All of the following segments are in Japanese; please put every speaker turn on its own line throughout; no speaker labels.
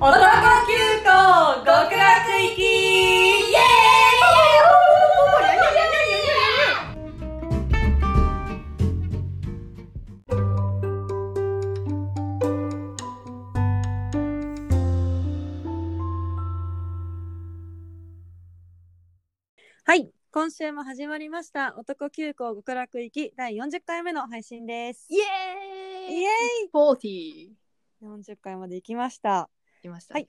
男急行極楽行きイエーイ
はい今週も始まりました男急行極楽行き第40回目の配信です
イエーイ
イエ
40い
ーイ40回まで行きました
ました、ね
はい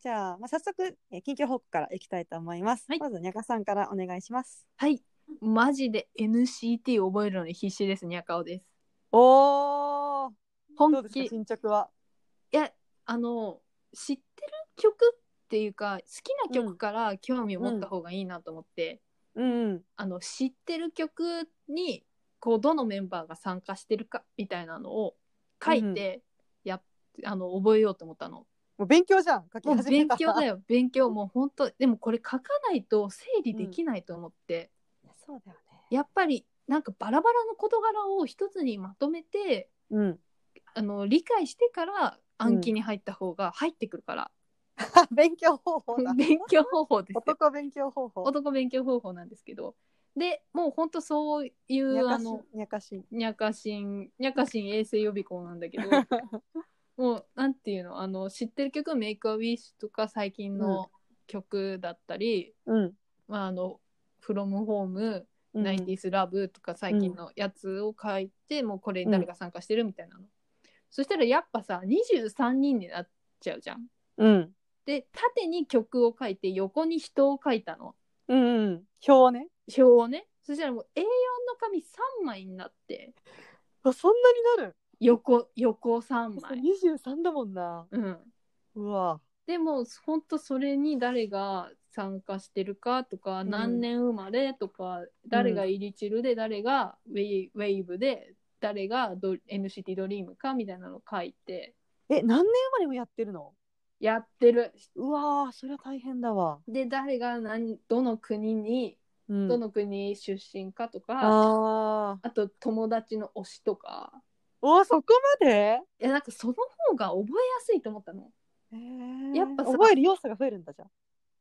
じゃあ、まあ、早速、えー、近況報告からいきたいと思います、
はい
まずにゃかさんからお願いします
はい、マジで NCT 覚えるのに必死ですにゃかおです
おおどう
本
です
気
か
い
進捗は
やあの知ってる曲っていうか好きな曲から興味を持った方がいいなと思って、
うんうん
あの知ってる曲にこうどのメンバーが参加してるかみたいなのを書いてやっ、あの覚えようと思ったの
もう勉強じゃん書き
もう
始め
勉
た
強だよ勉強もう本当でもこれ書かないと整理できないと思って、
そうだよね
やっぱりなんかバラバラの事柄を一つにまとめて
うん
あの理解してから暗記に入った方が入ってくるから、
あ勉強方法だ
勉強方法ですよ
男勉強方法
男勉強方法なんですけどでもう本当そうい
にゃ
うあ
かし
の
にゃかし
にゃかしんにゃかしん衛生予備校なん だけどもうなんていうのあの知ってる曲「メイクアウィッシュとか最近の曲だったり
うん
「まあ、あのフロムホーム
うん
ナインティスラブとか最近のやつを書いて、もうこれに誰が参加してるみたいなの、そしたらやっぱさ23人になっちゃうじゃん。
うん
で縦に曲を書いて横に人を書いたの
うんうん表ね
表をねそしたらもう A4 の紙3枚になって
あそんなになる
横横3枚。
23だもんな
うん
うわ
でも本当それに誰が参加してるかとか、
うん
何年生まれとか誰がイリチルで誰がウェイウェイブで誰がド NCT ドリームかみたいなのを書いて
え何年生まれもやってるの
やってる
うわーそれは大変だわ、
で誰が何どの国に、
うん、
どの国出身かとかあ
ああ
と友達の推しとか
おそこまで
いやなんかその方が覚えやすいと思ったの
や
や
っ
っ
ぱ
ぱさ
覚える要素が増えるんだじゃん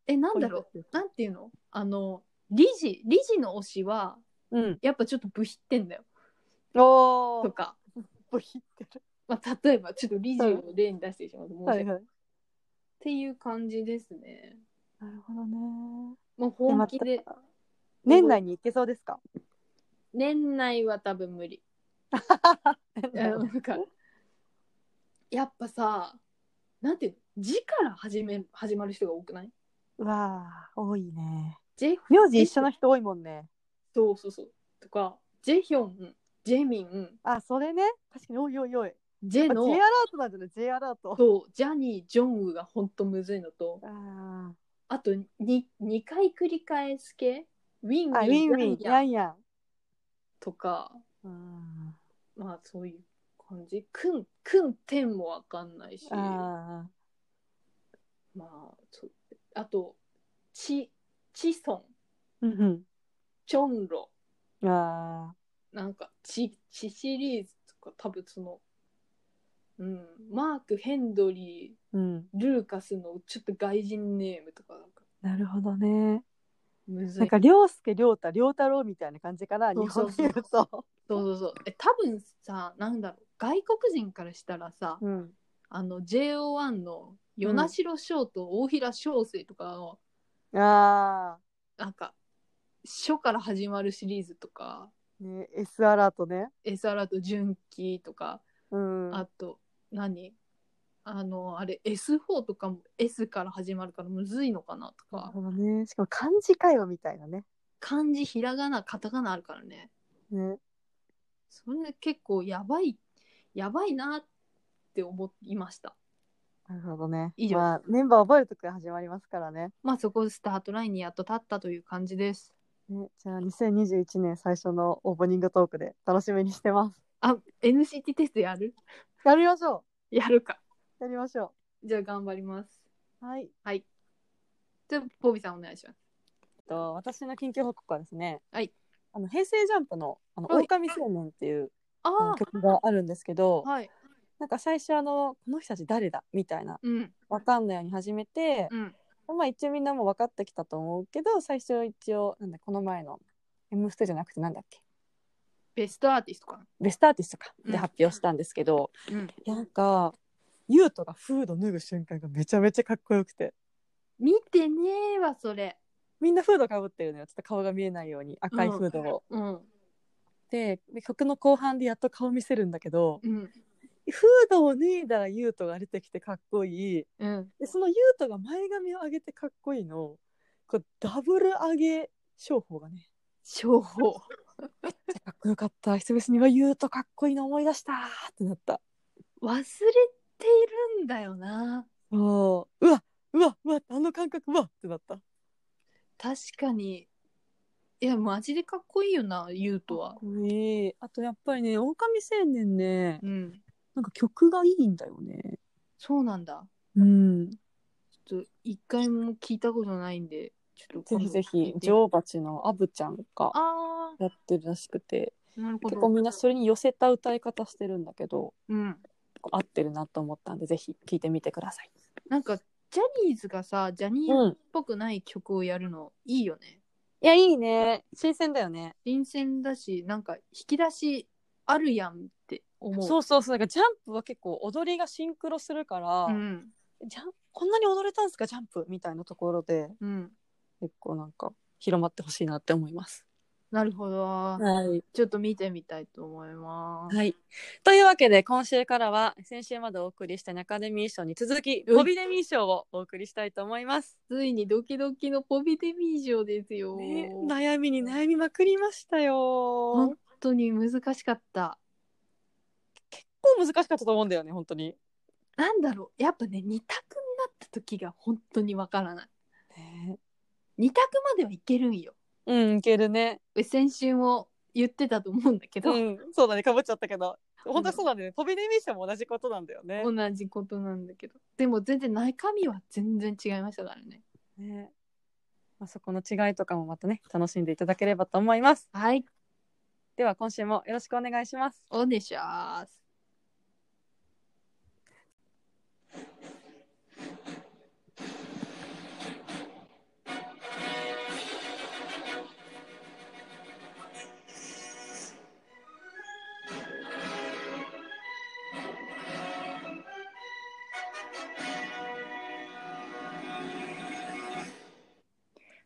えなんだろうなんていうのあの理事理事の推しは
うん
やっぱちょっと部品ってんだよ
お
と
お
か
ボヒってる
まあ、例えばちょっと理事を例に出してしまうと申し
はい
訳ない
はい
っていう感じですね。
なるほどね
もう本気で
また年内に行けそうですか
年内は多分無理。いや なんかやっぱさなんていうの字から始め始まる人が多くないう
わー多いね
?J
名字一緒の人多いもんね
そうそうそうとかジェヒョンジェミン
あそれね確かにおいおいおい
ジェ
あ J ア
の
ラートなんじゃない J アラート
とジャニー・ジョンウがほんとむずいのと
あ
あとに2回繰り返す系ウィンウ
ーあウィンウ
ィ
ィ
ン
ン
ヤンヤ
や
ン
んや
とか。
んうん
まあそういう感じ。くん、くんてんもわかんないし、まあ
あー、
そう。あと、ち、ちそん、
うん
ちょんろ、
うん、あ
なんか、ち、ちシリーズとか、多分その、うん、マーク・ヘンドリ
ーうん
ー、ルーカスのちょっと外人ネームとか、なんか、
なるほどね
むず。
ないんか涼介涼太涼太郎みたいな感じから
そ
日
う
本
そ
で
うそう
言う と
そうそうそう。え、多分さ、なんだろう、外国人からしたらさ、
うん
あの、JO1 の、与那城翔と大平翔生とかの、
あ
なんか、初から始まるシリーズとか、
ーね S アラートね
S アラート純喜とか、
うん
あと、何あの、あれ、S4 とかも S から始まるからむずいのかなと
なる
か、
ほどねしかも漢字会話みたいなね
漢字、ひらがな、カタカナあるからね。
ね
それ結構やばい、やばいなって思いました。
なるほどね
以上
まあ、メンバー覚えるとき始まりますからね
まあそこスタートラインにやっと立ったという感じです。
ねじゃあ2021年最初のオープニングトークで楽しみにしてます
あ、NCT テストやる
やりましょ
やるか。
うやりましょ
じゃあ頑張ります。
うはい
じゃあ、ポビさんお願いします。
えっと私の近況報告はですね
はい
あの平成ジャンプの「あの
はい
狼青年」っていう
あ
あの曲があるんですけど
あ、はい。
なんか最初あのこの人たち誰だみたいな
うん
わかんないように始めて、
うん
まあ一応みんなも分かってきたと思うけど最初一応なんだこの前の「M ステ」じゃなくてなんだっけ
ベストアーティストかな
ベストアーティストか
うん
で発表したんですけど、
うん
いやなんかユウトがフード脱ぐ瞬間がめちゃめちゃかっこよくて
見てねーわそれ
みんなフードかぶってるのよちょっと顔が見えないように赤いフードを。
うん
で曲の後半でやっと顔見せるんだけど
うん
フードを脱いだらユウトが出てきてかっこいい
うん
でそのユウトが前髪を上げてかっこいいのこうダブル上げ商法がね
情報
かっこよかった久々にはユウトかっこいいの思い出したってなった
忘れているんだよな
そううわうわうわあの感覚うわってなった
確かにいやマジでかっこいいよなユウトは
これあとやっぱりね狼青年ね
うん
なんか曲がいいんだよね
そうなんだ
うん
ちょっと一回も聞いたことないんでちょっ
ぜ
と今
ひ
度
ぜ
聞い
ひ
て
女王蜂のアブちゃんが
あ
やってるらしくて
あなるほ
結構
ど
みんなそれに寄せた歌い方してるんだけど
うん
合ってるなと思ったんでぜひ聴いてみてください。
なんかジャニーズがさジャニーズっぽくない曲をやるのいいよね
いやいいね新鮮だよね。
新鮮だしなんか引き出しあるやんって思う
そうそうそうだからジャンプは結構踊りがシンクロするから、
うん
ジャンこんなに踊れたんですかジャンプみたいなところで
うん
結構なんか広まってほしいなって思います。
なるほど
はい、
ちょっと見てみたいと思います
はい、というわけで今週からは先週までお送りしたアカデミー賞に続き
うん
ボビデミー賞をお送りしたいと思います。
ついにドキドキのポビデミー賞ですよ、
ね、悩みに悩みまくりましたよ
本。当に難しかった
結構難しかったと思うんだよね本当に。
なんだろうやっぱね二択になった時が本当にわからない
ね、
二択まではいけるんよ
うんいけるね。
先週も言ってたと思うんだけど、
うん、そうだね、かぶっちゃったけど。本当はそうなんだよね。ポビデミー賞も同じことなんだよね。
同じことなんだけどでも全然中身は全然違いましたからね
ねまあ、そこの違いとかもまたね、楽しんでいただければと思います。
はい
では、今週もよろしくお願いします。
おでしゃーす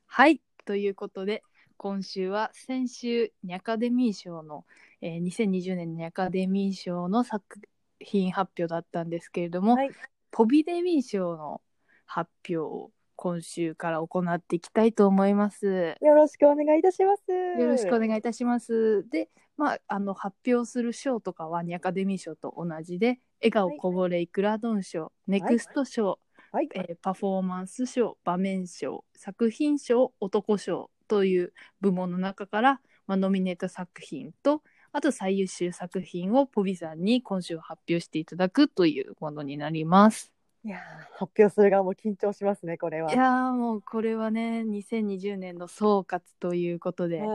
はいということで今週は先週ニャカデミー賞のえー2020年にアカデミー賞の作品発表だったんですけれども、
はい
ポビデミー賞の発表を今週から行っていきたいと思います。
よろしくお願いいたします。
よろしくお
い
願いいたします。で、まあ、あの発表する賞とかはニアカデミー賞と同じで笑顔こぼれいくらどん賞、ネクスト賞、
はい。
えーパフォーマンス賞場面賞作品賞男賞という部門の中から、まあ、ノミネート作品とあと最優秀作品をポビさんに今週発表していただくというものになります。
いやー発表する側も緊張しますね、これは。
いやーもうこれはね2020年の総括ということで、
はい。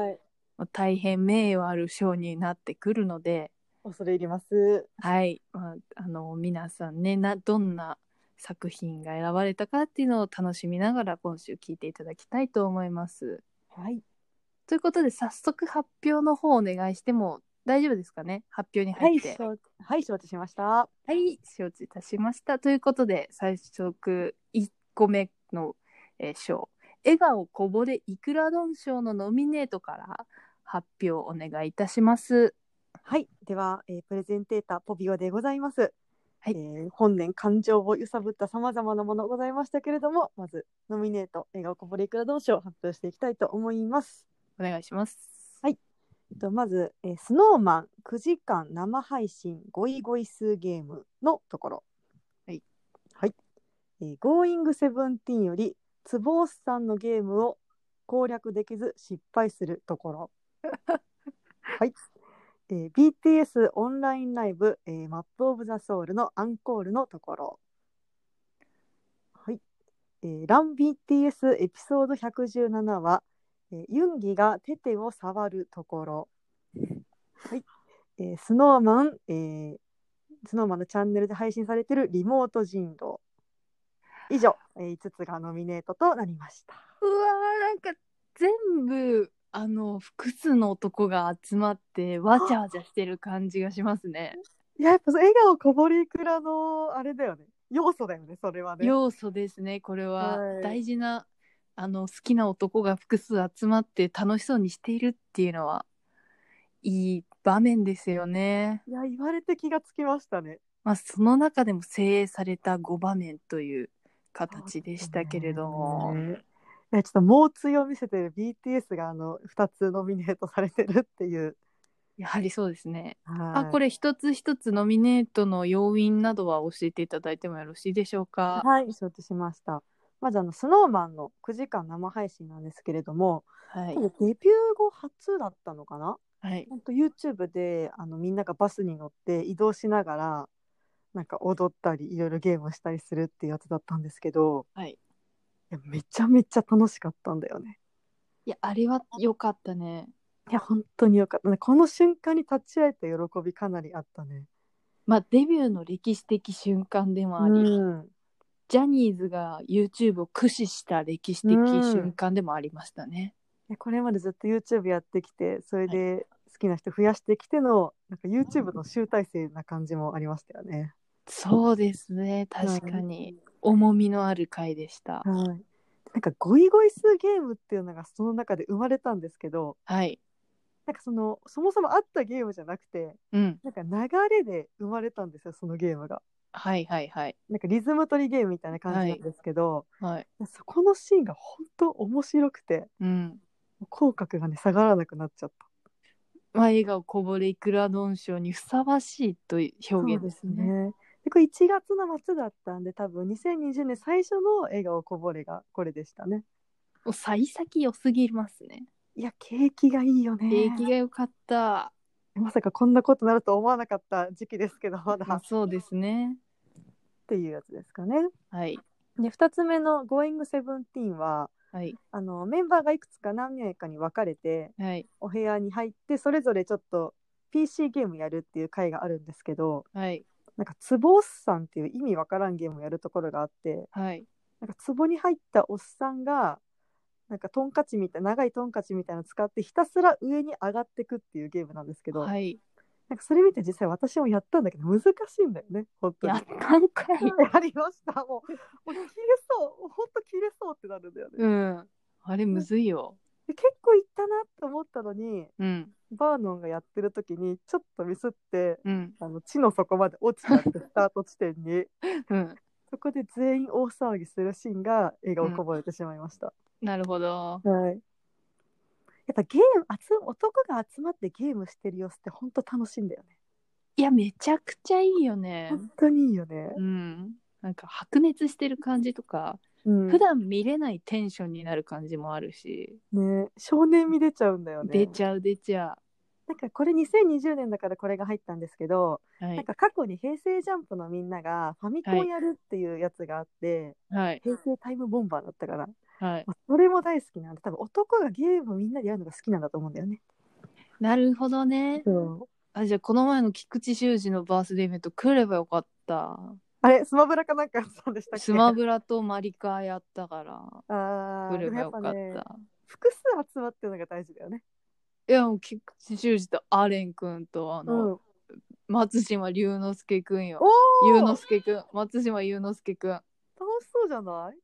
もう大変名誉ある賞になってくるので、
恐れ入ります。
はい、まあ、あの皆さんねなどんな作品が選ばれたかっていうのを楽しみながら今週聞いていただきたいと思います。
はい。
ということで早速発表の方お願いしても大丈夫ですかね発表に
は
入
い、
って。はい、
承はい、承知しました。
承知いたしました。ということで最速1個目の、えー賞「笑顔こぼれいくら丼賞」のノミネートから発表お願いいたします。
はい、では、えープレゼンテーターポビオでございます。
はい
えー本年感情を揺さぶったさまざまなものございましたけれども、まずノミネート笑顔こぼれいくら同士を発表していきたいと思います。
お願いします。
はいえっとまず、えー、スノーマン9時間生配信ゴイゴイスーゲームのところ。
はい。
はい。えー、Going Seventeen より坪尾さんのゲームを攻略できず失敗するとこ ろ。はい。えー、BTS オンラインライブ、えー、マップオブザソウルのアンコールのところ。はい。えー、ラン BTS エピソード117は、えーユンギがテテを触るところ。はい。えー、スノーマン、えースノーマンのチャンネルで配信されているリモート人狼以上、えー、5つがノミネートとなりました
うわーなんか全部あの複数の男が集まってわちゃわちゃしてる感じがしますね。
いややっぱそう笑顔こぼりくらのあれだよね要素だよねそれはね
要素ですねこれは、
はい
大事なあの好きな男が複数集まって楽しそうにしているっていうのはいい場面ですよね。
いや言われて気がつきましたね
まあ、その中でも精鋭された5場面という形でしたけれども、
ねいやちょっと猛追を見せてる BTS があの2つノミネートされてるっていう、
やはりそうですね。
はい
あこれ一つ一つノミネートの要因などは教えていただいてもよろしいでしょうか。
はい承知しましたまずあのスノーマンの9時間生配信なんですけれども、
はい
多分デビュー後初だったのかな
はい
本当 YouTube であのみんながバスに乗って移動しながらなんか踊ったりいろいろゲームしたりするっていうやつだったんですけど、
はい、
やめちゃめちゃ楽しかったんだよね。
いやあれは良かったね。
いや本当によかったねこの瞬間に立ち会えた喜びかなりあったね。
まあデビューの歴史的瞬間でもあり、
うん、
ジャニーズが YouTube を駆使した歴史的瞬間でもありましたね。
でこれまでずっと YouTube やってきてそれで好きな人増やしてきてのなんか YouTube の集大成な感じもありましたよね。
そうですね確かに重みのある回でした。
はい、なんかゴイゴイスーゲームっていうのがその中で生まれたんですけど
はい、
なんかそのそもそもあったゲームじゃなくて
うん、
なんか流れで生まれたんですよそのゲームが。
はいはいはい
なんかリズム取りゲームみたいな感じなんですけど、
はい、
そこのシーンが本当面白くて
うん。
口角がね下がらなくなっちゃっ
まあ笑顔こぼれいくら論章にふさわしいという
た。
表現です
そう
ね。
でこれ1月の末だったんで多分2020年最初の笑顔こぼれがこれでしたね。
もう幸先良すぎますね。
いや景気がいいよね。
景気が良かった。
まさかこんなことになると思わなかった時期ですけどまだ
まあ、
っ
そうですね。
ていうやつですかね。
はい
で2つ目の「Going17」は
はい
あのメンバーがいくつか何名かに分かれて
はい
お部屋に入ってそれぞれちょっと PC ゲームやるっていう回があるんですけど
はい
なんか壺おっさんっていう意味わからんゲームをやるところがあって
はい
なんか壺に入ったおっさんがなんかトンカチみたい長いトンカチみたいなの使ってひたすら上に上がってくっていうゲームなんですけど、
はい。
なんかそれ見て実際私もやったんだけど難しいんだよね本当に。
やったんかい。
やりましたもうもう切れそうもう本当切れそうってなるんだよね。
うん。あれむずいよ。
で結構いったなと思ったのに
うん。
バーノンがやってる時にちょっとミスって
うん。
あの地の底まで落ちた ってスタート地点に。
うん。
そこで全員大騒ぎするシーンが映画をこぼれてしまいました。
なるほど。
はい。やっぱゲーム集男が集まってゲームしてる様子って本当楽しいんだよね。
いや、めちゃくちゃいいよね。
本当にいいよね。
うん。なんか白熱してる感じとか、
うん、
普段見れないテンションになる感じもあるし、
ね少年味出ちゃうんだよね。
出ちゃう出ちゃ
なんかこれ2020年だからこれが入ったんですけど、
う。は
なん
い。
か過去に平成ジャンプのみんながファミコンやるっていうやつがあって、
はい。
平成タイムボンバーだったから、
はい。
まあそれも大好きなんで多分男がゲームみんなでやるのが好きなんだと思うんだよね。
なるほどね。
そう
あ、じゃあこの前の菊池修二のバースデーイベント来ればよかった。
あれスマブラかなんかやってたんでしたっけ
スマブラとマリカーやったから、
あ
来
ー
れ
でも
ば
や
よ
っぱ
かった。
ね複数集まってるのが大事だよね。
いや、もう菊池修二とアレン君と、あ
う
の、
ん。
松島龍之介くんよ
お。ー
龍之介くん、松島龍之介くん。
楽しそうじゃ ない？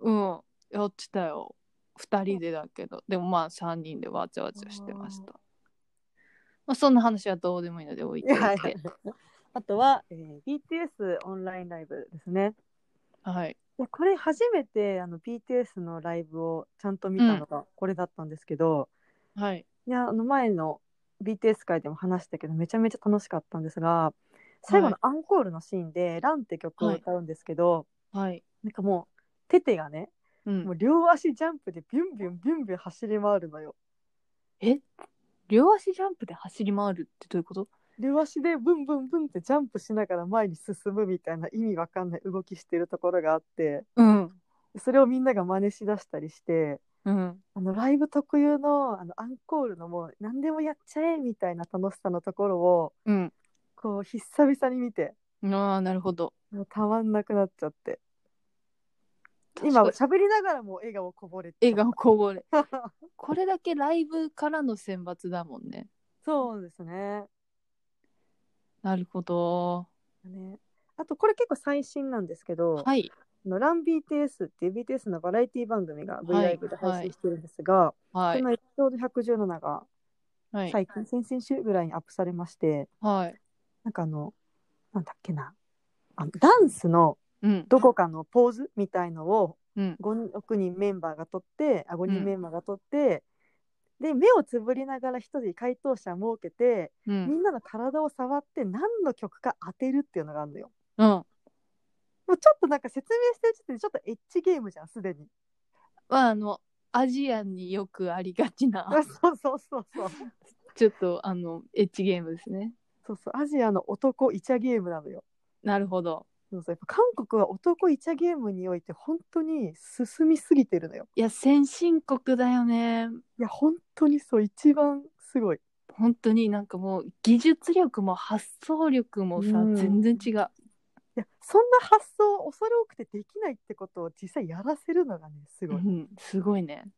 うん、やってたよ。二人でだけど、でもまあ三人でわちゃわちゃしてました。まあそんな話はどうでもいいので置いておいて。はい。
あとは、えー BTS オンラインライブですね。いやこれ初めてあの BTS のライブをちゃんと見たのがこれだったんですけど、
はい。
いやあの前の BTS 会でも話したけどめちゃめちゃ楽しかったんですが、最後のアンコールのシーンで「ラン」って曲を歌うんですけど、
はい。
なんかもうテテがね、
うん
もう両足ジャンプでビュンビュンビュンビュン走り回るのよ。
え両足ジャンプで走り回るってどういうこと
両足でブンブンブンってジャンプしながら前に進むみたいな意味わかんない動きしてるところがあって
うん。
それをみんなが真似しだしたりして
うん。
あのライブ特有のあのアンコールのもう何でもやっちゃえみたいな楽しさのところを
うん。
こう久々に見て
ああなるほど
もうたまんなくなっちゃって今
確か
喋りながらも笑顔こぼれて
に笑顔こぼれこれだけライブからの選抜だもんね
そうですね
なるほど
ねあとこれ結構最新なんですけど、
はい
あのラン BTS っていう BTS のバラエティ番組が V
はい
ライブで配信してるんですが、
はい
このエピソード117が
はい
最近、先々週ぐらいにアップされまして、
はい
なんかあの、なんだっけな、あのダンスの
うん
どこかのポーズみたいのを
うん
5 6人メンバーが撮って、あ5
う
人
ん
メンバーが撮って、で目をつぶりながら一人回答者設けて、
う
み
ん
んなの体を触って何の曲か当てるっていうのがあるのよ。
うん
もうちょっとなんか説明してる時点でちょっとエッチゲームじゃんすでに。
まああのアジアンによくありがちな
あ そうそうそうそう。
ちょっとあのエッジゲームですね
そうそうアジアの男イチャゲームなのよ。
なるほど
そうそうやっぱ韓国は男イチャゲームにおいて本当に進みすぎてるのよ。
いや先進国だよね
いや本当にそう一番すごい。
本当になんかもう技術力も発想力もさ、
うん
全然違う
いやそんな発想恐れ多くてできないってことを実際やらせるのがねす
う
ごい。
んすごいね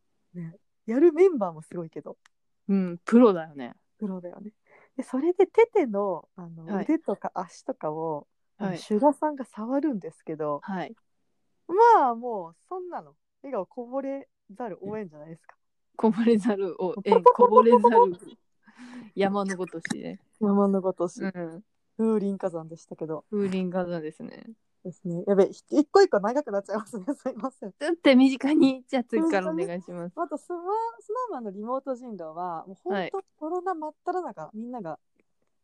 やるメンバーもすごいけど
うんプロだよね
プロだよね。でそれでテテのあの、
はい
腕とか足とかを、あの
はい
シュガさんが触るんですけど
はい
まあもうそんなの笑顔こぼれざる応援じゃないですか。
こぼれざるをえこぼれざ る山のごとしね、
山のごとし、
うん、
風林火山でしたけど
風林火山ですね
ですね。やべえ、ひ一個一個長くなっちゃいますね。 すいません。
だって身近にじゃあ次からお願いします
あとスマ、スノーマンのリモート人狼は、もう本当コロナ真っ只中、みんなが、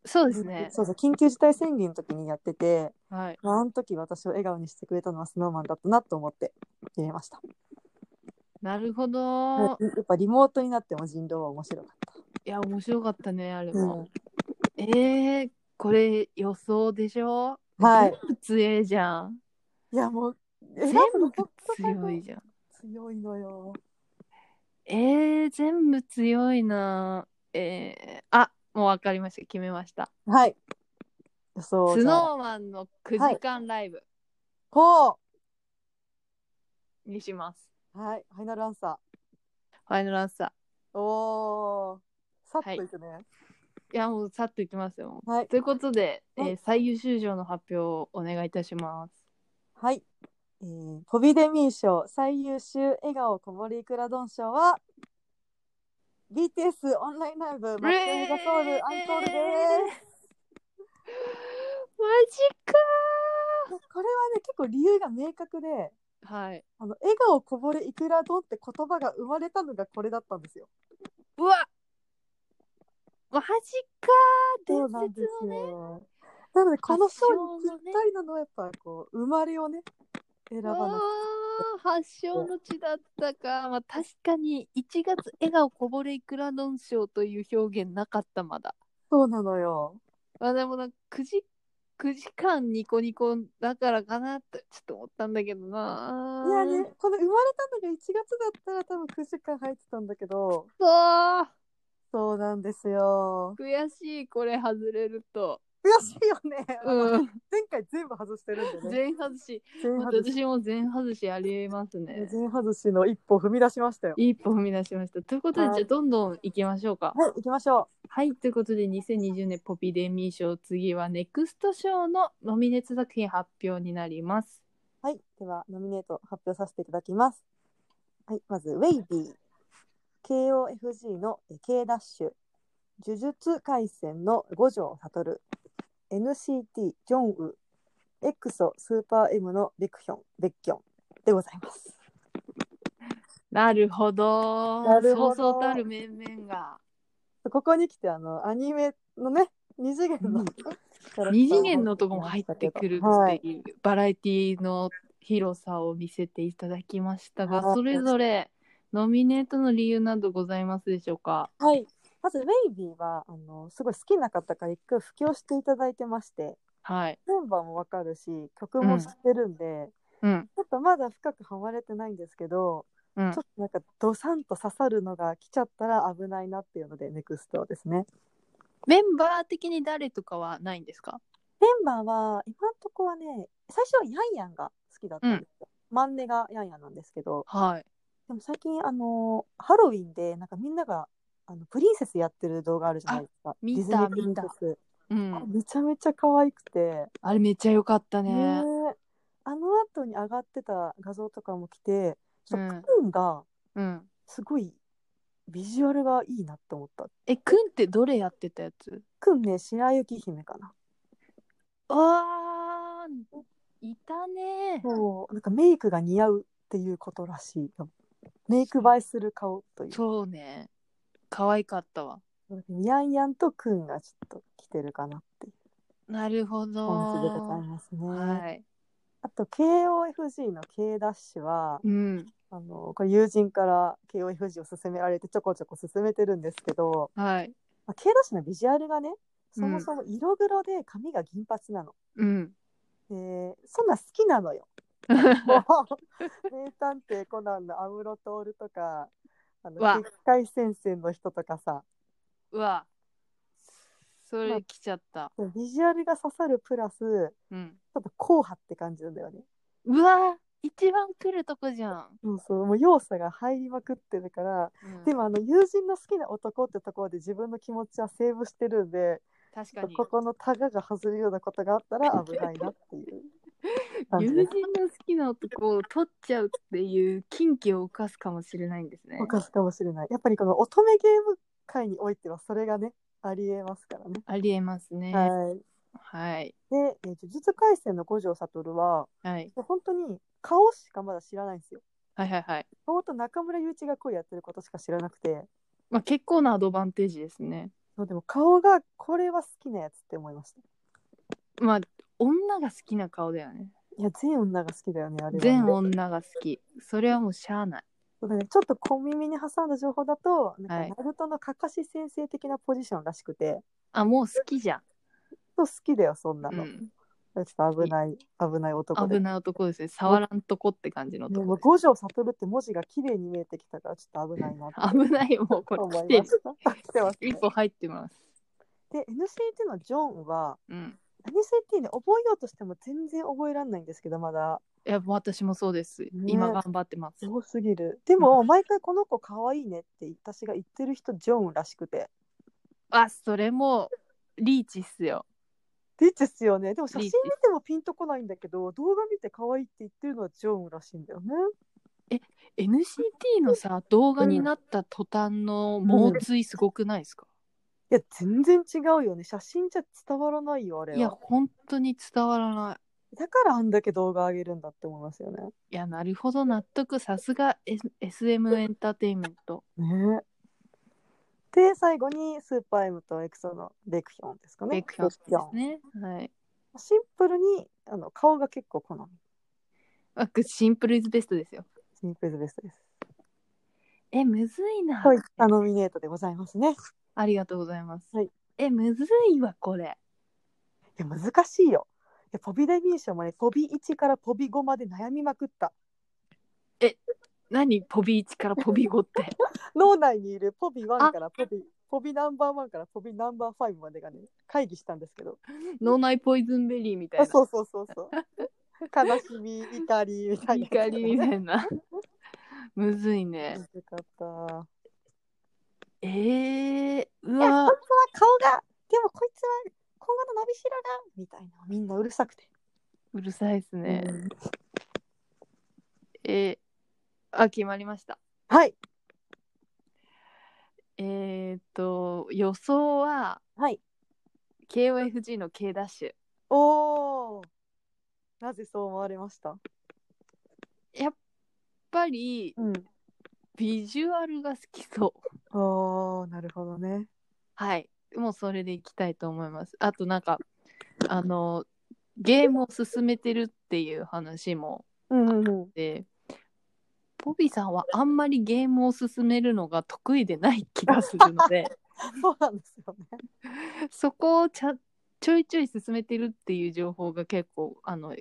そうです ね
そうそう、緊急事態宣言の時にやってて、
はい
まあ、あの時私を笑顔にしてくれたのはスノーマンだったなと思って入れました。
なるほ
や
ど
っぱリモートになっても人狼は面白かっ
いや面白かったねあれ
た。
も、えー、これ予想でしょ
はい。
全部強えじゃん
いや、もう、
全部強い。じゃん
強いのよ。
えー、全部強いなえー、あもう分かりました決めました
はい。予想
ス
じゃあ
ノーマンの9時間ライブ
ほ
にします、
うはい、ファイナルアンサ
ファイナルアンサ
ー。おー。さっといくね。
ーいやもうさっといきますよ
はい
ということで、え
は
ー、最優秀賞の発表をお願いいたします
はい。えー、ポビデミー賞最優秀笑顔こぼれいくら丼賞は BTS オンラインライブマッチングザソウルアンコールです。
マジ
これはね結構理由が明確で
かはい
あの笑顔こぼれいくら丼って言葉が生まれたのがこれだったんですよ。
うわマジか伝
そうなんで
説
す
のね
よ。なのでこの賞にぴ
発祥のね
ったりなのはやっぱこう生まれをね選ば
わ
な
あ発祥の地だったか、まあ、確かに1月笑顔こぼれいくら論賞という表現なかったまだ、
そうなのよ。
まあ、でもなんか9時9時間ニコニコだからかなってちょっと思ったんだけどない
やねこの生まれたのが1月だったら多分9時間入ってたんだけど
そう
そうなんですよ。
悔しいこれ外れると
悔しいよね。
うん
前回全部外してるんでね。
全外し
全外し。
私も全外しありますね
全外しの一歩踏み出しましたよ。
一歩踏み出しましたということで、
はい
じゃあどんどん行きましょうか
はい、行きましょ
はい、ということで2020年ポピデミー賞次はネクスト賞のノミネート作品発表になります。
う。はい、ではノミネート発表させていただきます。はい、まずウェイビー、KOFG の K ダッシュ、呪術廻戦の五条悟、NCT ジョンウ、エクソスーパー M のレクヒョン、ベッキョンでございます。
なるほど。
なるほど
そうそうたる面々が。
ここに来てあのアニメのね二次元の、
うん二次元のとこも入ってくる
は
っ
い
ていうバラエティの広さを見せていただきましたが、
はい
それぞれノミネートの理由などございますでしょうか
はい、まずウェイビーはあのすごい好きな方から一回布教していただいてまして
はい。
メンバーもわかるし曲も知ってるんで、
うん。
ちょっとまだ深くハマれてないんですけど、
うん
ちょっとなんかドサンと刺さるのが来ちゃったら危ないなっていうのでネクストですね。
メンバー的に誰とかはないんですか
メンバーは今んとこはね最初はヤンヤンが好きだったんですよ、マンネがヤンヤンなんですけど
はい。
でも最近あのハロウィンでなんかみんながあのプリンセスやってる動画あるじゃないですか
見
ディズニ
た
ープリンセス
う
あ
ん。
めちゃめちゃ可愛くて、
あれめっちゃ良かった
ね
ね。
えあの後に上がってた画像とかも来てちょ
う
っ
ん
とクーンが
うん。
すごいビジュアルがいいなって思った
え、くんってどれやってたやつ
クーンね白雪姫かな
あー、いたね。
そうなんかメイクが似合うっていうことらしいよメイク映えする顔という
そうね。可愛かったわ。
ヤンヤンとクーンがちょっと来てるかなっていう
なるほ
感じでござい
ど。
ますね、
はい。
あと KOFG の K ダッシュは
うん。
あのこれ友人から KOFG を勧められてちょこちょこ勧めてるんですけど、
はい。
まあ、K ダッシュのビジュアルがねそもそも色黒で髪が銀髪なの、
うん。
でそんなん好きなのよもう名探偵コナンの安室徹とかあの
わ
結界戦線の人とかさ
うわ。それ来ちゃった。
ビジュアルが刺さるプラスちょ
うん。
っと硬派って感じなんだよね
うわ一番来るとこじゃん。
そうそうもう要素が入りまくってるから
うん
でもあの友人の好きな男ってところで自分の気持ちはセーブしてるんで
確かに。
ここのタガが外れるようなことがあったら危ないなって いう感
友
じ
人
で
の
す。
好きな男を取っちゃうっていう禁忌を犯すかもしれないんですね。
犯すかもしれない。やっぱりこの乙女ゲーム界においてはそれがねありえますからね。
ありえますね。は
はい、
い。
で、えー呪術廻戦の五条悟は
はい。
本当に顔しかまだ知らないんですよ。
はいはいはい。
顔と中村雄一が恋やってることしか知らなくて
まあ結構なアドバンテージですね。
そうでも顔がこれは好きなやつって思いました。
まあ女が好きな顔だよね。
いや全女が好きだよねあれはね。
全女が好き。それはもうしゃあない。
そうだね、ちょっと小耳に挟んだ情報だと、
は
なん
い
かナルトのカカシ先生的なポジションらしくて、
あもう好きじゃん。
そう好きだよ、そんな
う
の。
ん、
ちょっと危ない、危ない男で。
危ない男ですね。触らんとこって感じの
でも
男
う五条悟って文字が綺麗に見えてきたから、ちょっと危ない なって
危ないよもうこれ
思
来て
い
る
ま。した。あ 来てます、ね
一。歩入ってます。
で、NCT のジョンは、
うん。
NCT ね、覚えようとしても全然覚えられないんですけど、まだ。
いや私もそうです。
ね
今頑張ってます。
すごすぎる。でも、毎回この子可愛いねって私が言ってる人、ジョンらしくて。
あそれもリーチっすよ
リッチっすよね。でも写真
リッ
見
チ
てもピンとこないんだけど、動画見て可愛いって言ってるのはジョンらしいんだよね。
NCT のさ動画になった途端の猛追すごくないですか、
いや、全然違うよね。写真じゃ伝わらないよ、あれ
いや
は。
本当に伝わらな
だからあんだけ動画上げるんだって思いますよね。
いいやなるほど納得さすが S- SM エンターテインメント
ねで、最後にスーパー M とエクソのレクヒョンですかね。
レクション
レ
ですねはい
ンシンプルにあの顔が結構好み。
あシンプルイズベストですよ
シンプルズベストです。
えむずいな、
はい、あノミネートでございますね。い
ありがとうございます、
はい
えむずいわこれ
や、難しいよ。いやポビデビュー賞もね、ポビ1からポビ5まで悩みまくった。
何ポビ1からポビ5って
脳内にいるポビ1
あ
からポビ、ポビナンバー1からポビナンバー5までがね、会議したんですけど。
脳内ポイズンベリーみたい
あ
な
そうそうそうそう。悲しみ、怒りみたいな。
怒りみたいなむずいね、
難しかった。まあ
ええうわ、
顔が、でもこいつは今後の伸びしろが、みたいな。みんなうるさくて。
うるさいですね。
うん
えーあ、決まりました。
はい。
えーっと、予想は
はい。
KOFG の K ダッシ
おお。なぜそう思われました
ュ。やっぱり
うん。
ビジュアルが好きそう。
おお、なるほどね。
はい。もうそれでいきたいと思います。あとなんか、あの、ゲームを進めてるっていう話も
うんうんうん。
で、ポビさんはあんまりゲームを進めるのが得意でない気がするので。
そうなんですよね。
そこをちゃちょいちょい進めてるっていう情報が結構あの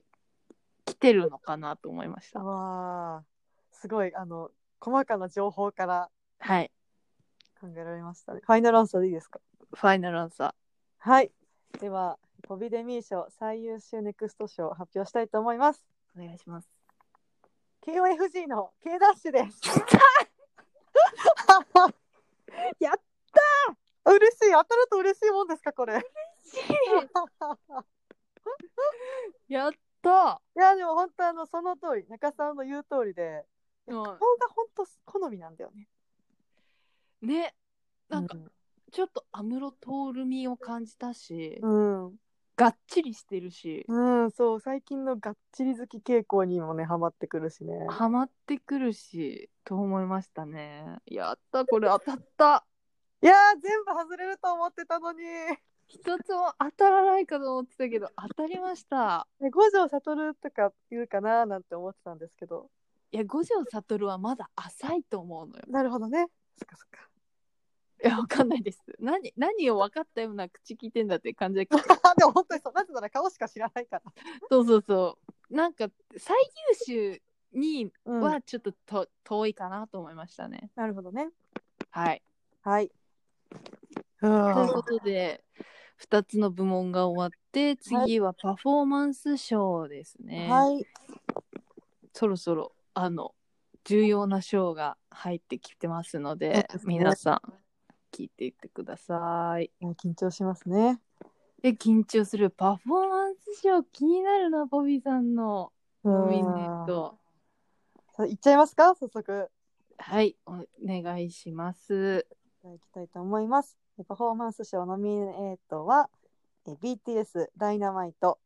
来てるのかなと思いました。
わあ。すごい、あの、細かな情報から
はい。
考えられましたね。ファイナルアンサーでいいですか
ファイナルアンサ
はい。では、ポビデミー賞最優秀ネクスト賞を発表したいと思います。
ー。お願いします。
KOFG の K ダッシュです。やったー嬉しい当たると嬉しいもんですかこれ。嬉しい
やった
いやでも本当あのその通り中さんの言う通りで
う
顔
ん
が本当好みなんだよね。
ね、なんか
う
ちょっと安室透美を感じたし、
うん、
がっちりしてるし、
うん、そう最近のがっちり好き傾向にもねハマってくるしね。
ハマってくるし、と思いましたね。やった、これ当たった。
いやー全部外れると思ってたのに。
一つも当たらないかと思ってたけど、当たりました。
ね五条悟とか言うかなーなんて思ってたんですけど。
いや、五条悟はまだ浅いと思うのよ。
なるほどね。そっかそっか。
いや、わかんないです。何、何を分かったような口聞いてんだって感じだけ
あ
ど
でも本当にそうなぜなら顔しか知らないから。
そうそうそう。なんか、最優秀に
うん
はちょっとと、遠いかなと思いましたね。
なるほどね。
はい。
はい。
ということで、2つの部門が終わって、次はパフォーマンス賞ですね。
はい。
そろそろ、あの、重要な賞が入ってきてますので、
そうですね
皆さん、聞いていってください。
いや緊張しますね。
で、緊張するパフォーマンス賞、気になるな、ボビーさんの。
うん
ノミネート。
さあ行っちゃいますか早速。
はい、お願いします。
じゃあ行きたいと思います。パフォーマンス賞ノミネートはえ BTS ダイナマイト、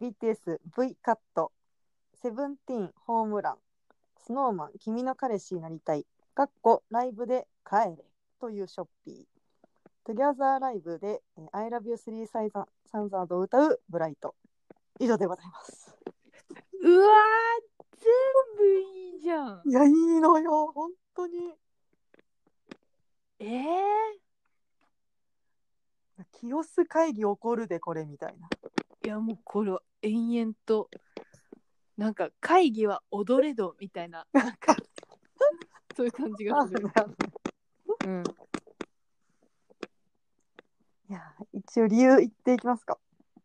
BTS V カット、セブンティーンホームラン、スノーマン君の彼氏になりたい、かっこライブで帰れというショッピー。トゥギャザーライブでえ I love you 3サイザサンザードを歌うブライト。以上でございます。
うわー、全部いいじゃん。
いや、いいのよ、本当に。
えー、
清須会議起こるで、これみたいな。
いやもうこれは延々となんか会議は踊れどみたいななんかそういう感じがす る。うん、
いや、一応理由言っていきますか。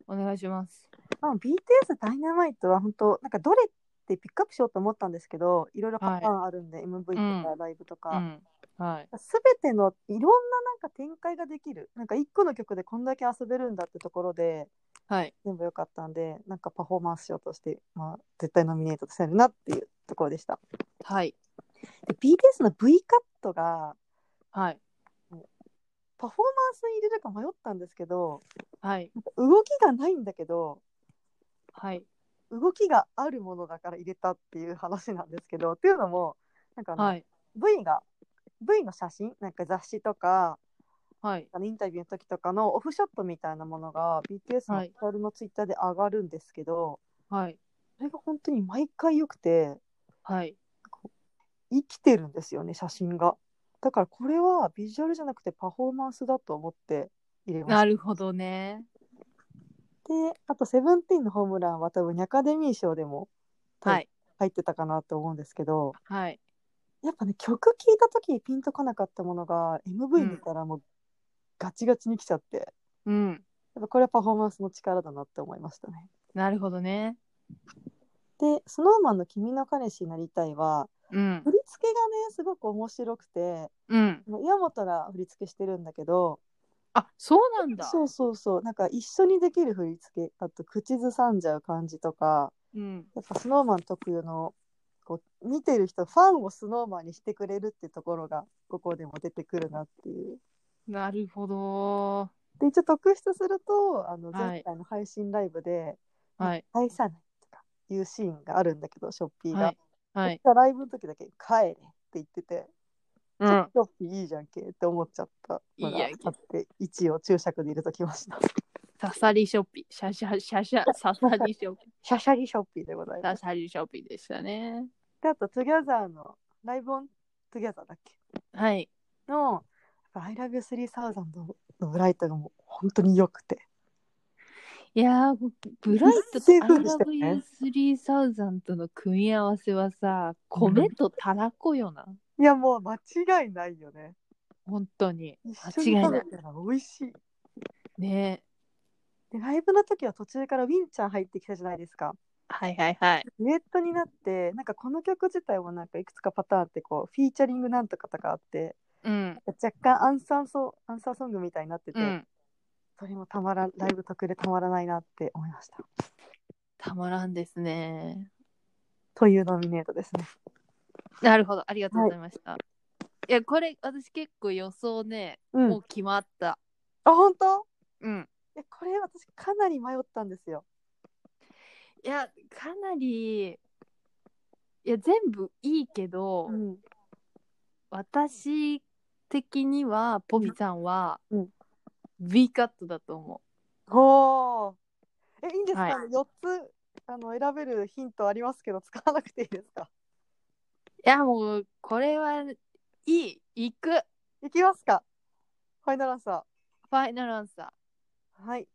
お願いします。
まあ、BTS ダイナマイトは本当、なんかどれってピックアップしようと思ったんですけど、いろいろパターンあるんで、MV とかライブと
う
か。
ん、はい。
すべてのいろんななんか展開ができるなんか一個の曲でこんだけ遊べるんだってところで
はい。
全部良かったんでなんかパフォーマンスしようとして、まあ、絶対ノミネートせるなっていうところでした
はい。
で BTS の V カットが
はい。
パフォーマンスに入れるか迷ったんですけど
はい。
なんか動きがないんだけど
はい。
動きがあるものだから入れたっていう話なんですけどっていうのもなんかあの、
はい。
V が V の写真なんか雑誌とか
はい。
あのインタビューの時とかのオフショットみたいなものが BTS の
は
オ
い
フィシャルのツイッターで上がるんですけど、
はい。
それが本当に毎回良くて
はい。
生きてるんですよね写真がだからこれはビジュアルじゃなくてパフォーマンスだと思って入れました
なるほどね。
で、あと、セブンティーンのホームランは多分、アカデミー賞でも
はい。
入ってたかなと思うんですけど、
はい。
やっぱね、曲聴いた時にピンとこなかったものが、
うん
MV 見たらもう、ガチガチに来ちゃって、や
うん。
っぱこれはパフォーマンスの力だなって思いましたね。
なるほどね。
で、スノーマンの君の彼氏になりたいは、
うん。
振り付けがね、すごく面白くて、
うん。
岩本が振り付けしてるんだけど、
あ、そうなんだ。
そうそうそう、なんか一緒にできる振り付け、あと、口ずさんじゃう感じとか、
うん。
やっぱスノーマン特有のこう見てる人ファンをスノーマンにしてくれるってところがここでも出てくるなっていう。
なるほど。
で一応特筆するとあの
はい
前回の配信ライブで
はい。
「返さない」とかいうシーンがあるんだけどショッピーが。
はい。はい。
そしたらライブの時だけ「帰れ」って言ってて「
うん。
ショッピーいいじゃんけ」って思っちゃったのが
いいやんけ
あって一応注釈で入れときました。
ササリショッピー、シャシャシャシャ、ササリショッピ
シャシャリショッピーでござい
ー、サ
ます。
サリショッピーでしたね。
であと「トゥギャザーのライブオントゥギャザーだっけ
はい。
の「I love you 3000」のブライトがもう本当に良くて
いやー、ブライトと
セ
I
ーフでしたよ
love
ね
you 3000との組み合わせはさ、米とたらこよな。
いやもう間違いないよね
本当に
一緒
間違
に
い
食
な
べ
い
たら美味しい。
ね
でライブの時は途中からウィンちゃん入ってきたじゃないですか。
はいはいはい
ネットになってなんかこの曲自体もなんかいくつかパターンあってこうフィーチャリングなんとかとかあって
うん
若干アンサーソアンサーソングみたいになってて、
うん
それもたまらんライブ特でたまらないなって思いました。
たまらんですね
というノミネートですね。
なるほどありがとうございました、い、やこれ私結構予想ね、
うん、
もう
あ
決まった
本当
うん
いやこれ私かなり迷ったんですよ。
いやかなりいや全部いいけど、
うん、
私的にはポビさんは、
うん
B カットだと思
おーえいいんですか、
はい
あの四つあの選べるヒントありますけど使わなくていいですか
ういやもうこれはいい行くフ
いきますかファイナルアンサー。
ァイナルアンサ
はい。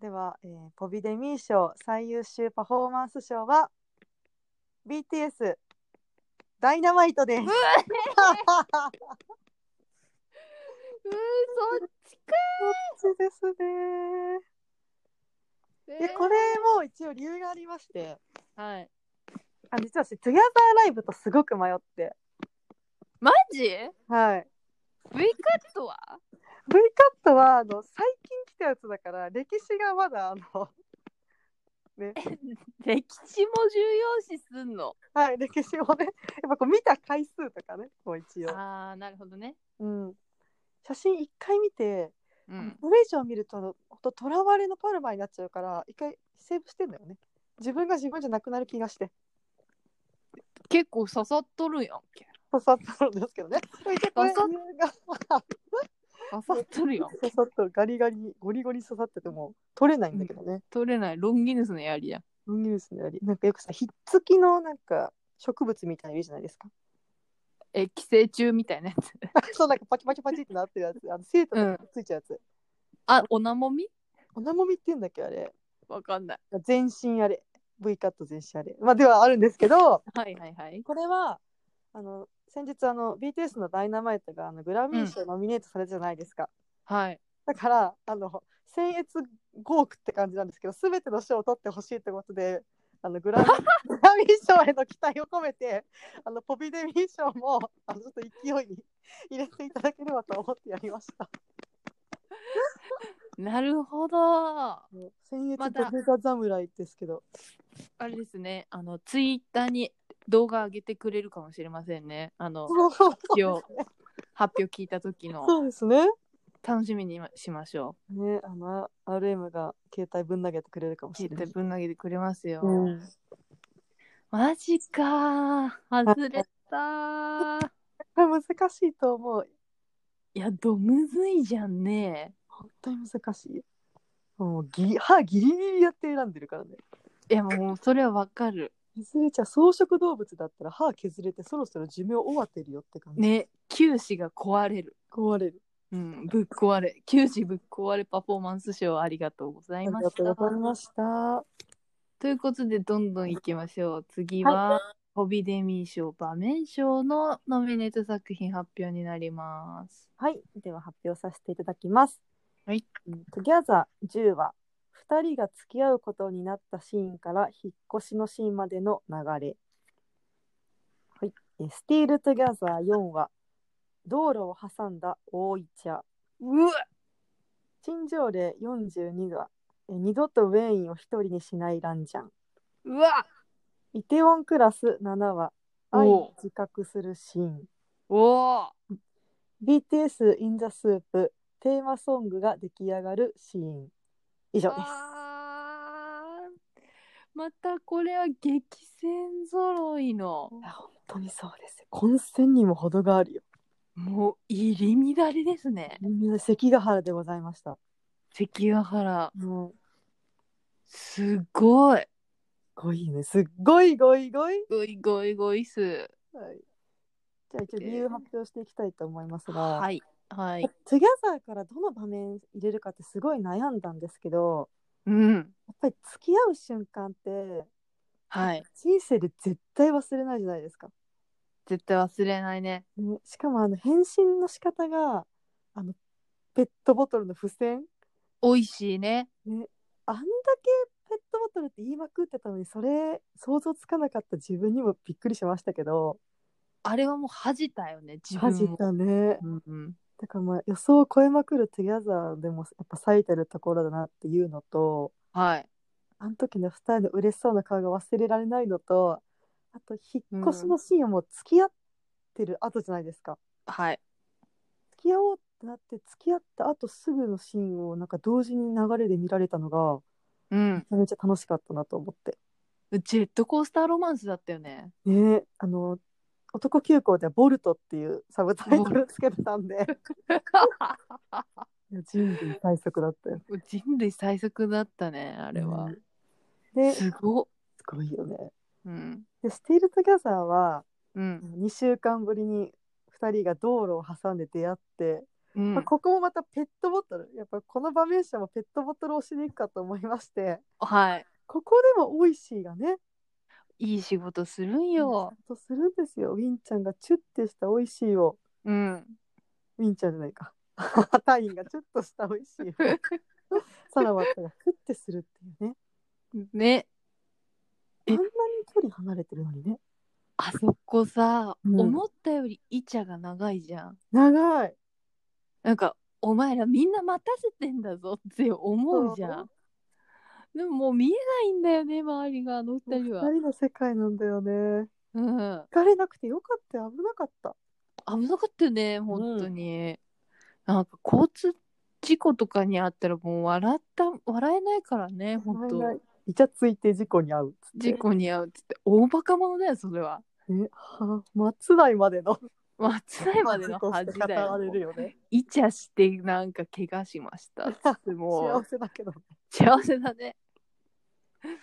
では、えーポビデミー賞最優秀パフォーマンス賞は BTS ダイナマイトです。
ー うーそっちか
そうですね。で、これも一応理由がありまして、
はい
あ実は私、トゥギャザーライブとすごく迷って、
マジ ?V
はい。
カットは
V カットはあの最近来たやつだから、歴史がまだあの、
歴史も重要視すんの
はい、歴史をね、やっぱこう見た回数とかね、こう一応。
ああなるほどね
うん。写真一回見て、
うん
これ以上見るとほんとらわれのパルマになっちゃうから一回セーブしてんだよね自分が自分じゃなくなる気がして
結構刺さっとるやん け
刺さったんですけどねでも一応これ
刺さっ
理由が
刺さっとるやん
刺さったガリガリにゴリゴリ刺さってても取れないんだけどね、
取れないロンギヌスの槍やん
うん、ニュースのよりなんかよくさひっつきのなんか植物みたいなのいるじゃないですか
え寄生虫みたいなやつ
そうなんかパチパチパチってなってるやつあの生徒がくっついちゃうやつ、
あおなもみ
おなもみって言うんだっけあれ
わかんない
全身あれ V カット全身あれまあではあるんですけど
はいはいはい。
これはあの先日あの BTS の「ダイナマイトがあのグラミー賞ノミネートされたじゃないですか、
はい。
だからあの僭越5億って感じなんですけど全ての賞を取ってほしいってことであのグラミ ーグラミー賞への期待を込めてあのポビデミー賞もあのちょっと勢いに入れていただければと思ってやりました
なるほど。あ
僭越
ま
ド
た
ブザ侍ですけど、
れですね。あの、ツイッターに動画上げてくれるかもしれませんね。あの、発表、発表聞いた時の
そうですね
楽しみにしましょ
ねあの RM が携帯ぶん投げてくれるかも
う。
しれ
絶
ない、
対ぶん投げてくれますよ。
うん
マジかー。外れたー。
これ難しいと思う。
いや、どむずいじゃんね。
本当に難しい。もうギ歯ギリギリやって選んでるからね。
いや、もうそれはわかる。
削れちゃう草食動物だったら歯削れてそろそろ寿命終わってるよって感じ。
ね、九死が壊れる。
壊れる。
うん、ぶっ壊れ。九死ぶっ壊れパフォーマンス賞ありがとうござ
あ
い
り
ま
が
し
とう
た
ご。ざいました。
ということで、どんどん行きましょう。次は、ホビデミー賞、場面賞のノミネート作品発表になります。
はい。では発表させていただきます。
はい。
トギャザー10は、2人が付き合うことになったシーンから引っ越しのシーンまでの流れ。はい。えスティールトギャザー4は、道路を挟んだ大イチャ。
うわ
陳情令42はえ二度とウェインを一人にしないランジャン
うわ
イテウォンクラス7は愛
おう
を自覚するシーン
おー
BTS in the soup テーマソングが出来上がるシーン以上です
あーまたこれは激戦揃いの、
いや本当にそうですよ混戦にも程があるよ
もう入り乱れですね。
関ヶ原でございました
関ヶ原、
もう
すごい。
すごいねすっごいごいごい、
ごいごいごいっす。
はい、じゃあ一応理由発表していきたいと思いますが、
はい。はい。
トゥギャザーからどの場面入れるかってすごい悩んだんですけど
うん。
やっぱり付き合う瞬間って
はい。
人生で絶対忘れないじゃないですか。
絶対忘れないね。
ねしかもあの返信の仕方があのペットボトルの付箋
美味しいね。
あんだけペットボトルって言いまくってたのにそれ想像つかなかった自分にもびっくりしましたけど
あれはもう恥じたよね、自分
マ
を
ジだね
うんうん
だからまあ予想を超えまくる「Together」でもやっぱ咲いてるところだなっていうのと
はい。
あの時の2人の嬉しそうな顔が忘れられないのとあと引っ越しのシーンはもう付き合ってる後じゃないですか。
はい。
付き合おうってなって付き合った後すぐのシーンをなんか同時に流れで見られたのが
うん。
めちゃめちゃ楽しかったなと思って。
ジェットコースターロマンスだったよね。
ねえあの男急行では「ボルト」っていうサブタイトルつけてたん でいや人類最速だったよ。
人類最速だったね、あれは。
です
すごっ。
ごいよね。
うん。
で「スティール・トギャザーは」
うん。
2週間ぶりに2人が道路を挟んで出会って、
うん
まあ、ここもまたペットボトルやっぱこの場面者もペットボトルをしに行くかと思いまして
はい。
ここでもオイシーがね
いい仕事するん
ちゃ
よ
ん。とするんですよウィンちゃんがチュッてしたオイシーを
うん。
ウィンちゃんじゃないか 隊員がチュッとしたオイシーをさらばとがフッてするっていうね
ね。
あ
え
んなに距離離れてるのにね
あそこさ、
うん
思ったよりイチャが長いじゃん。
長い
なんか、お前らみんな待たせてんだぞって思うじゃん。でももう見えないんだよね、周りが、あの二
二
人
人
は。
の世界なんだよね
うん。
疲れなくてよかったよ危なかった
危なかったよね本当に、なんか交通事故とかにあったらもう笑った笑えないからね本
危な
当
いイチャついて事故に遭うっつって
事故に遭うっつって大バカ者だよそれは
ね、は松代までの
松代までの恥
事故し
だ
て語ら
よ
れるよね。
イチャしてなんか怪我しましたっつっても
幸
う
せだけどね。
幸せだね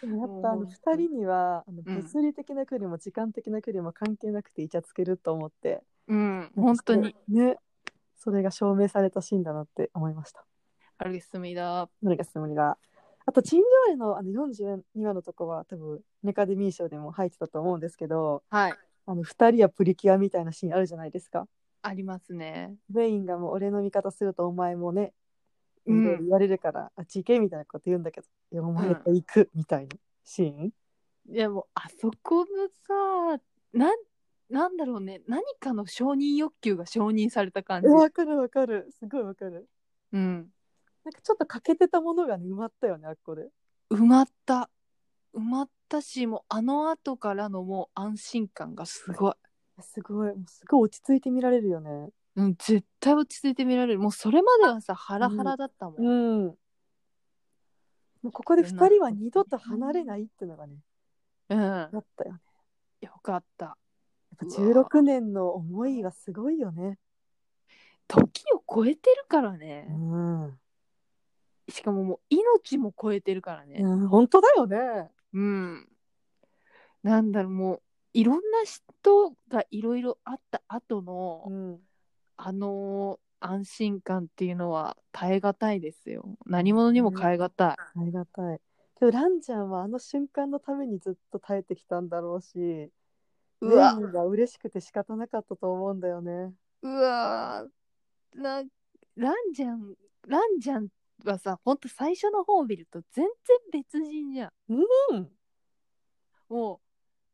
でもやっぱあの
もう
二人にはあの
うん
物理的な距離も時間的な距離も関係なくてイチャつけると思って、
うん本当に
ね、それが証明されたシーンだなって思いました。
あれすみだ
どれが進むが。あと、陳情令のあの42話のとこは多分ネカデミー賞でも入ってたと思うんですけど、
はい
あの二人はプリキュアみたいなシーンあるじゃないですか。
ありますね
ウェインがもう俺の味方するとお前もね、い
うん
ろいろ言われるから、あっち行けみたいなこと言うんだけど、いやお前と行くみたいなシーン。
いやもうあそこのさなんなんだろうね何かの承認欲求が承認された感じ
えわ、かるわかる。すごいわかる。
うん
なんかちょっと欠けてたものがね、埋まったよね、あっこで。
埋まった埋まったしもうあの後からのもう安心感がすごい、
すごい、もうすごい落ち着いて見られるよね。
うん、絶対落ち着いて見られるもうそれまではさハラハラだったもん、
ん。もうここで二人は二度と離れないっていうのがね、
うん
だったよね。
よかった
やっ
うわ
ぱ16年の思いはすごいよね。
時を超えてるからね
う、ん。う
しかももう命も超えてるからね
ん、本当だよね。
うん、なんだろうもういろんな人がいろいろあった後の、
うん。
あのー安心感っていうのは耐え難いですよ何者にも変え難い、
ありがたい。けどランちゃんはあの瞬間のためにずっと耐えてきたんだろうし、
うわ
レインが嬉しくて仕方なかったと思うんだよね。
うわーなランジャンランジャンはさほんと最初の方を見ると全然別人じゃん
うん。
も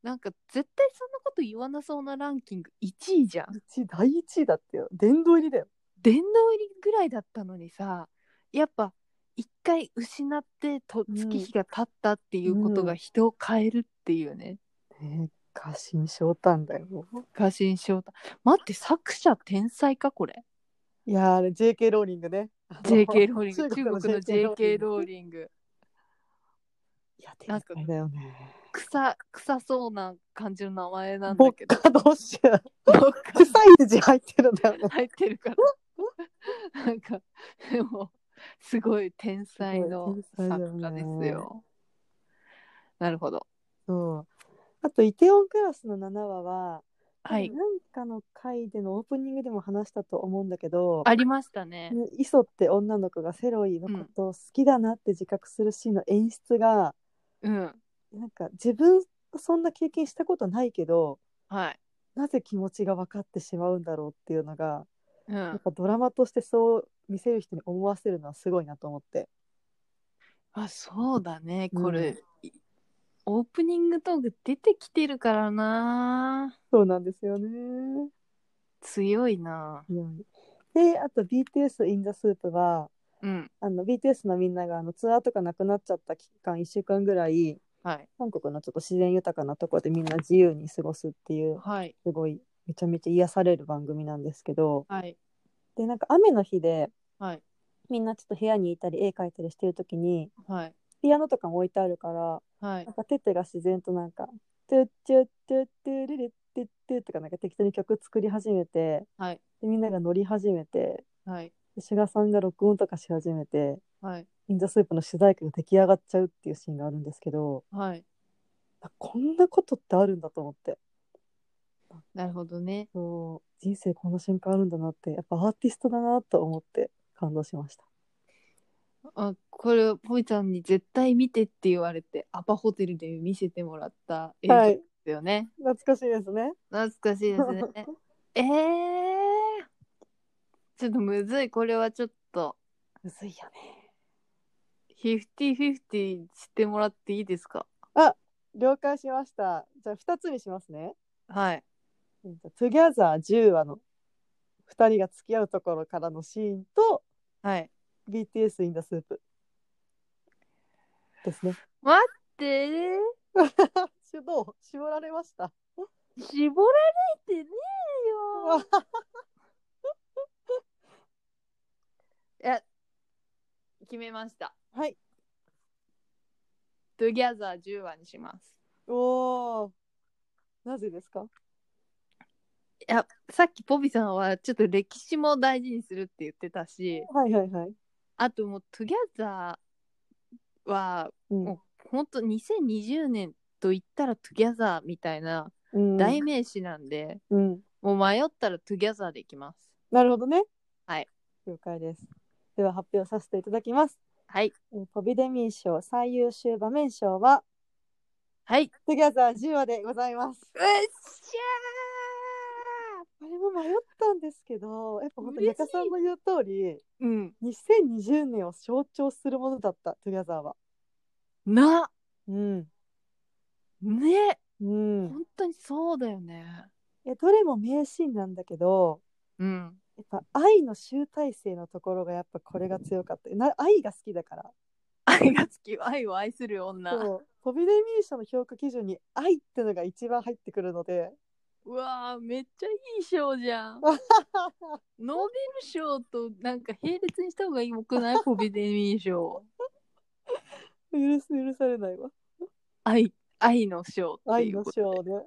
うなんか絶対そんなこと言わなそうなランキング1位じゃん
一位第一位だってよ。殿堂入りだよ。
殿堂入りぐらいだったのにさやっぱ一回失ってと
うん
月日が経ったっていうこと
う
が
ん
人を変えるっていうね、
ねえ、過信賞胆だよ。
過信しようと待って作者天才かこれ
いやーあれ JK ローリングね。
JK ローリング
中
中国
国
の
の
JK
JK
ロ
ロ
ー
ー
リング
いや、天才だよね。
臭臭そうな感じの名前なん
ボ
だ
ッ
けど
カどうしよう。
僕
臭い字入ってるんだよね。
入ってるからなんかでもすごい天才の
すごい天才だよ
作
ね
家ですよなるほど
そう。あと、イテオンクラスの7話は、
はい
なんかの回でのオープニングでも話したと思うんだけど、
ありましたね
ねイソって女の子がセロイのことを好きだなって自覚するシーンの演出が、
うん
なんか自分そんな経験したことないけど、
はい
なぜ気持ちが分かってしまうんだろうっていうのが、
う
やっ
ん、
ぱドラマとしてそう見せる人に思わせるのはすごいなと思って。
あそうだね
うん
これ、いオープニングトーク出てきてるからな
そうなんですよね。
強いな
うんで、あと BTS in the Soup は、
うん
あの BTS のみんながあのツアーとかなくなっちゃった期間1週間ぐらい、
はい
韓国のちょっと自然豊かなところでみんな自由に過ごすっていう、
はい
すごいめちゃめちゃ癒される番組なんですけど、
はい
で、なんか雨の日で、
はい
みんなちょっと部屋にいたり絵描いたりしてる時に
はい
ピアノとかも置いてあるから
はい
なんかテテが自然となんか「トゥッチュットゥットゥルルッテッテュ」とかなんか適当に曲作り始めて
はい
でみんなが乗り始めて
はい
でシュガさんが録音とかし始めて
はい
「インザスープ」の主題歌が出来上がっちゃうっていうシーンがあるんですけど
はい
あこんなことってあるんだと思って
なるほどね
そう人生こんな瞬間あるんだなってやっぱアーティストだなと思って感動しました。
あこれぽいちゃんに絶対見てって言われてアパホテルで見せてもらった映画
は
で
い
すよね、
懐かしいですね。
懐かしいです ねえー、ちょっとむずいこれはちょっと
むずいよね。
50-50してもらっていいですか
了解しました。じゃあ2つにしますね。
はい
トゥギャザー10話の2人が付き合うところからのシーンと
はい
BTS インダスープです ね。
で
手動絞られま した。
絞られてねえよいや決めました
はい。
トゥギャザー10話にします
おお。なぜですか？
いやさっきポビさんはちょっと歴史も大事にするって言ってたし
はいはいはい。
あともう「トゥギャザーは
うん
もうほんと2020年と言ったら「トゥギャザーみたいな
うん
代名詞なんで、
うん。
もう迷ったら「トゥギャザーでいきます
なるほどね。
はい。
了解です。では発表させていただきます。
はい
えーポビデミー賞最優秀場面賞は
はい
トゥギャザー10話でございます。
うっし
あれも迷ったんですけど、やっぱ本当に中さんの言う通り、
ゃーうん
2020年を象徴するものだった、トゥギャザーは。
な
うん。
ね
うん。
本当にそうだよね
え、どれも名シーンなんだけど、
うん
やっぱ愛の集大成のところがやっぱこれが強かった。な愛が好きだから。
愛が好き愛を愛する女う
そう。ポビデミー賞の評価基準に愛ってのが一番入ってくるので、
わーめっちゃいい賞じゃ んノーベル賞となんか並列にした方がよくないポビデミー賞
許す、許されないわ。
愛愛の賞って
愛
いう
の
こ と
賞ね。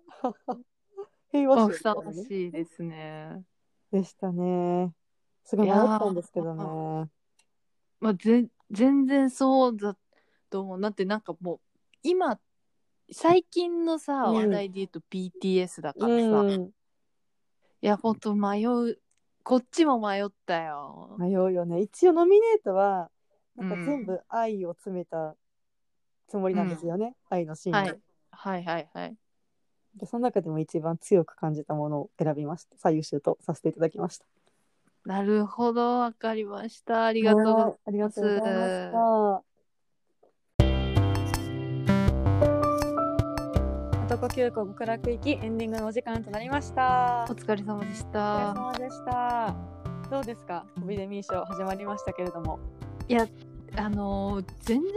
平和
あ
賞
ふ
み
さ
たいな
わ
ね
しいですね。
でしたね。すごい迷ったんですけど
いや
ね。
まあ、ぜん全然そうだと思う。だってなんかもう今最近のさ
うん
話題で言うと BTS だからさ、
う
い
ん、
やほんと迷うこっちも迷ったよ。
迷うよね。一応ノミネートはなんか
うん
全部愛を詰めたつもりなんですよね。愛のシーン
は
に、
いはいはいはい。
でその中でも一番強く感じたものを選びました。最優秀とさせていただきました。あ
なるほどわかりました。ありがとうございます。
ありがとうございました。男急行極楽行きエンディングのお時間となりました
お。疲れ様でし
お
た。
疲れ様でした。どうですか？コビデミー賞始まりましたけれども。
あのー全然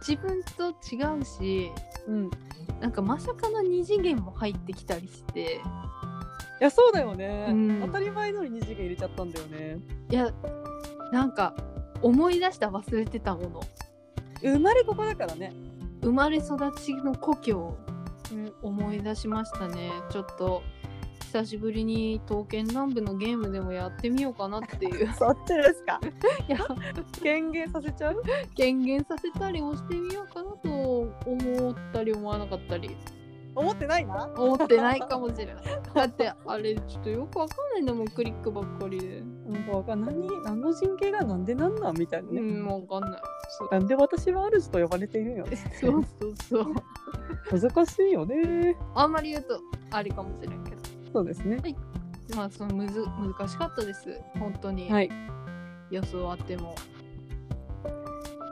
自分と違うし
うん。い
なんかまさかの二次元も入ってきたりして。
やそうだよね。
うん
当たり前のように二次元入れちゃったんだよね。
いやなんか思い出した忘れてたもの
生まれここだからね。
生まれ育ちの故郷を思い出しましたねちょっと久しぶりに刀剣乱舞のゲームでもやってみようかなって いう
そっちですか。
いや
権限させちゃう。
権限させたりもしてみようかなと思ったり思わなかったり
思ってないな。
思ってないかもし れないだってあれちょっとよくわかんないんだもんクリックばっかりで
なんかわかん何何の人形がなんでなんなんみたいな
う
ね。
んわかんないそう
なんで私は主と呼ばれているんよ。
そうそうそう
難しいよね。
あんまり言うとあれかもしれんけど
ったですね。
まあそのむず難しかったです本当に
はい。
予想あっても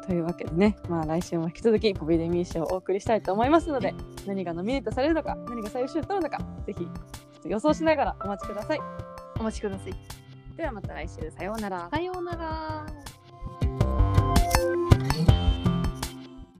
というわけでね、まあ来週も引き続きポビデミー賞をお送りしたいと思いますので、何がノミネートされるのか、何が最優秀取るのか、ぜひちょっと予想しながらお待ちください。
お待ちください
ではまた来週、さようなら。
さようなら